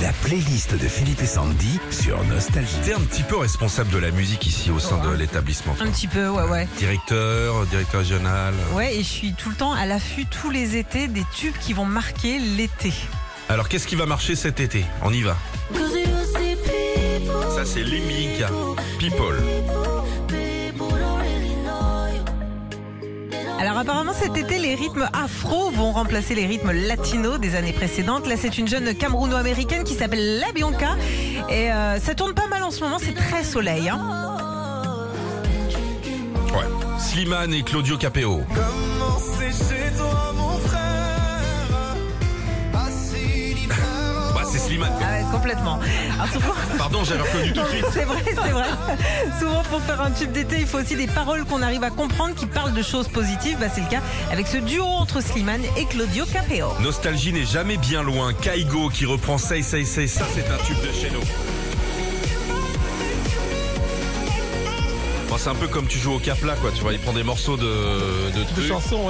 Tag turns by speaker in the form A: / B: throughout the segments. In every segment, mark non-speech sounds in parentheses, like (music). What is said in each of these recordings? A: La playlist de Philippe et Sandy sur Nostalgie.
B: T'es un petit peu responsable de la musique ici au sein de l'établissement.
C: Un petit peu, ouais, ouais.
B: Directeur, directeur régional.
C: Ouais, et je suis tout le temps à l'affût tous les étés des tubes qui vont marquer l'été.
B: Alors qu'est-ce qui va marcher cet été On y va. Ça c'est Lemmica, People.
C: Alors apparemment cet été, les rythmes afro vont remplacer les rythmes latinos des années précédentes. Là, c'est une jeune camerouno-américaine qui s'appelle La Bianca. Et euh, ça tourne pas mal en ce moment, c'est très soleil. hein.
B: Ouais. Slimane et Claudio Capeo.
D: Comment c'est chez toi, mon frère Assis différent.
B: Bah c'est Slimane.
C: Ah ouais, complètement. Alors, souvent- (laughs)
B: Pardon, j'avais reconnu tout de suite.
C: C'est vrai, c'est vrai. Souvent, pour faire un tube d'été, il faut aussi des paroles qu'on arrive à comprendre qui parlent de choses positives. Bah, c'est le cas avec ce duo entre Slimane et Claudio Capeo.
B: Nostalgie n'est jamais bien loin. Kaigo qui reprend Say Say Say, ça c'est un tube de chez nous. Bon, c'est un peu comme tu joues au Capla, quoi. Tu vois, il prend des morceaux de, de trucs.
C: Ouais, ouais.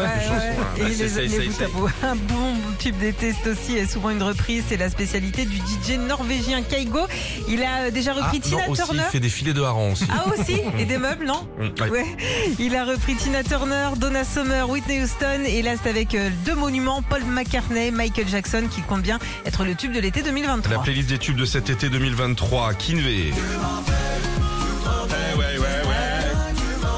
B: ouais.
C: Et
B: C'est-
C: les,
B: c'est-
C: les
B: c'est-
C: bouts
B: c'est-
C: à bouts. (laughs) Un bon tube d'été, c'est aussi euh, souvent une reprise. C'est la spécialité du DJ norvégien Kaigo. Il a euh, déjà repris
B: Ah, non,
C: Tina
B: aussi, il
C: Turner.
B: fait des filets de harengs aussi. (laughs)
C: Ah aussi Et des meubles, non
B: Mm, ouais.
C: Ouais. Il a repris Tina Turner, Donna Summer, Whitney Houston et là c'est avec euh, deux monuments, Paul McCartney, Michael Jackson qui compte bien être le tube de l'été
B: La
C: 2023.
B: playlist des tubes de cet été 2023, Kinve.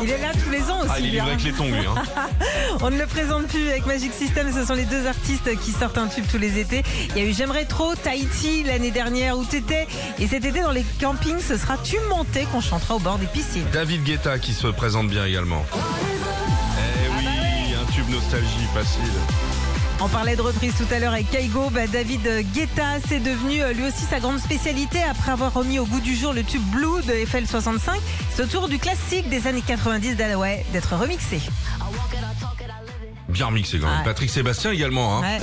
C: Il est là tous les ans aussi.
B: Ah, il est
C: lui,
B: livré
C: hein.
B: avec les tongs, lui.
C: (laughs)
B: Hein.
C: On ne le présente plus avec Magic System, ce sont les deux artistes qui sortent un tube tous les étés. Il y a eu J'aimerais trop, Tahiti l'année dernière où t'étais et cet été dans les campings ce sera Tu mentais qu'on chantera au bord des piscines.
B: David Guetta qui se présente bien également. Eh oui, un tube nostalgie facile.
C: On parlait de reprise tout à l'heure avec Kaigo. Bah, David Guetta, c'est devenu euh, lui aussi sa grande spécialité après avoir remis au goût du jour le tube Blue de FL65. C'est au tour du classique des années 90 d'Alaway d'être remixé.
B: Bien remixé quand même.
C: Ouais.
B: Patrick Sébastien également. Hein.
C: Ouais,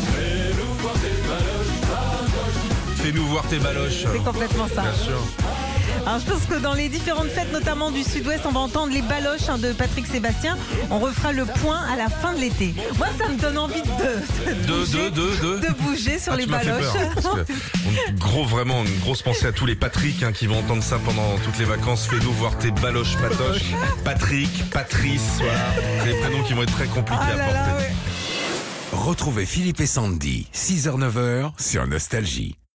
B: Fais-nous voir tes baloches.
C: c'est complètement ça.
B: Bien sûr.
C: Alors je pense que dans les différentes fêtes, notamment du sud-ouest, on va entendre les baloches hein, de Patrick Sébastien. On refera le point à la fin de l'été. Moi, ça me donne envie de, de,
B: De,
C: bouger,
B: de, de, de.
C: bouger sur
B: Ah,
C: les
B: tu m'as fait
C: baloches.
B: peur, hein, parce que on- gros, vraiment, une grosse pensée à tous les Patrick hein, qui vont entendre ça pendant toutes les vacances. Fais-nous voir tes baloches, patoches. Patrick, Patrice, voilà. Des prénoms qui vont être très compliqués
C: Ah
B: à
C: là
B: porter.
C: là, ouais.
A: Retrouvez Philippe et Sandy, 6h-9h sur Nostalgie.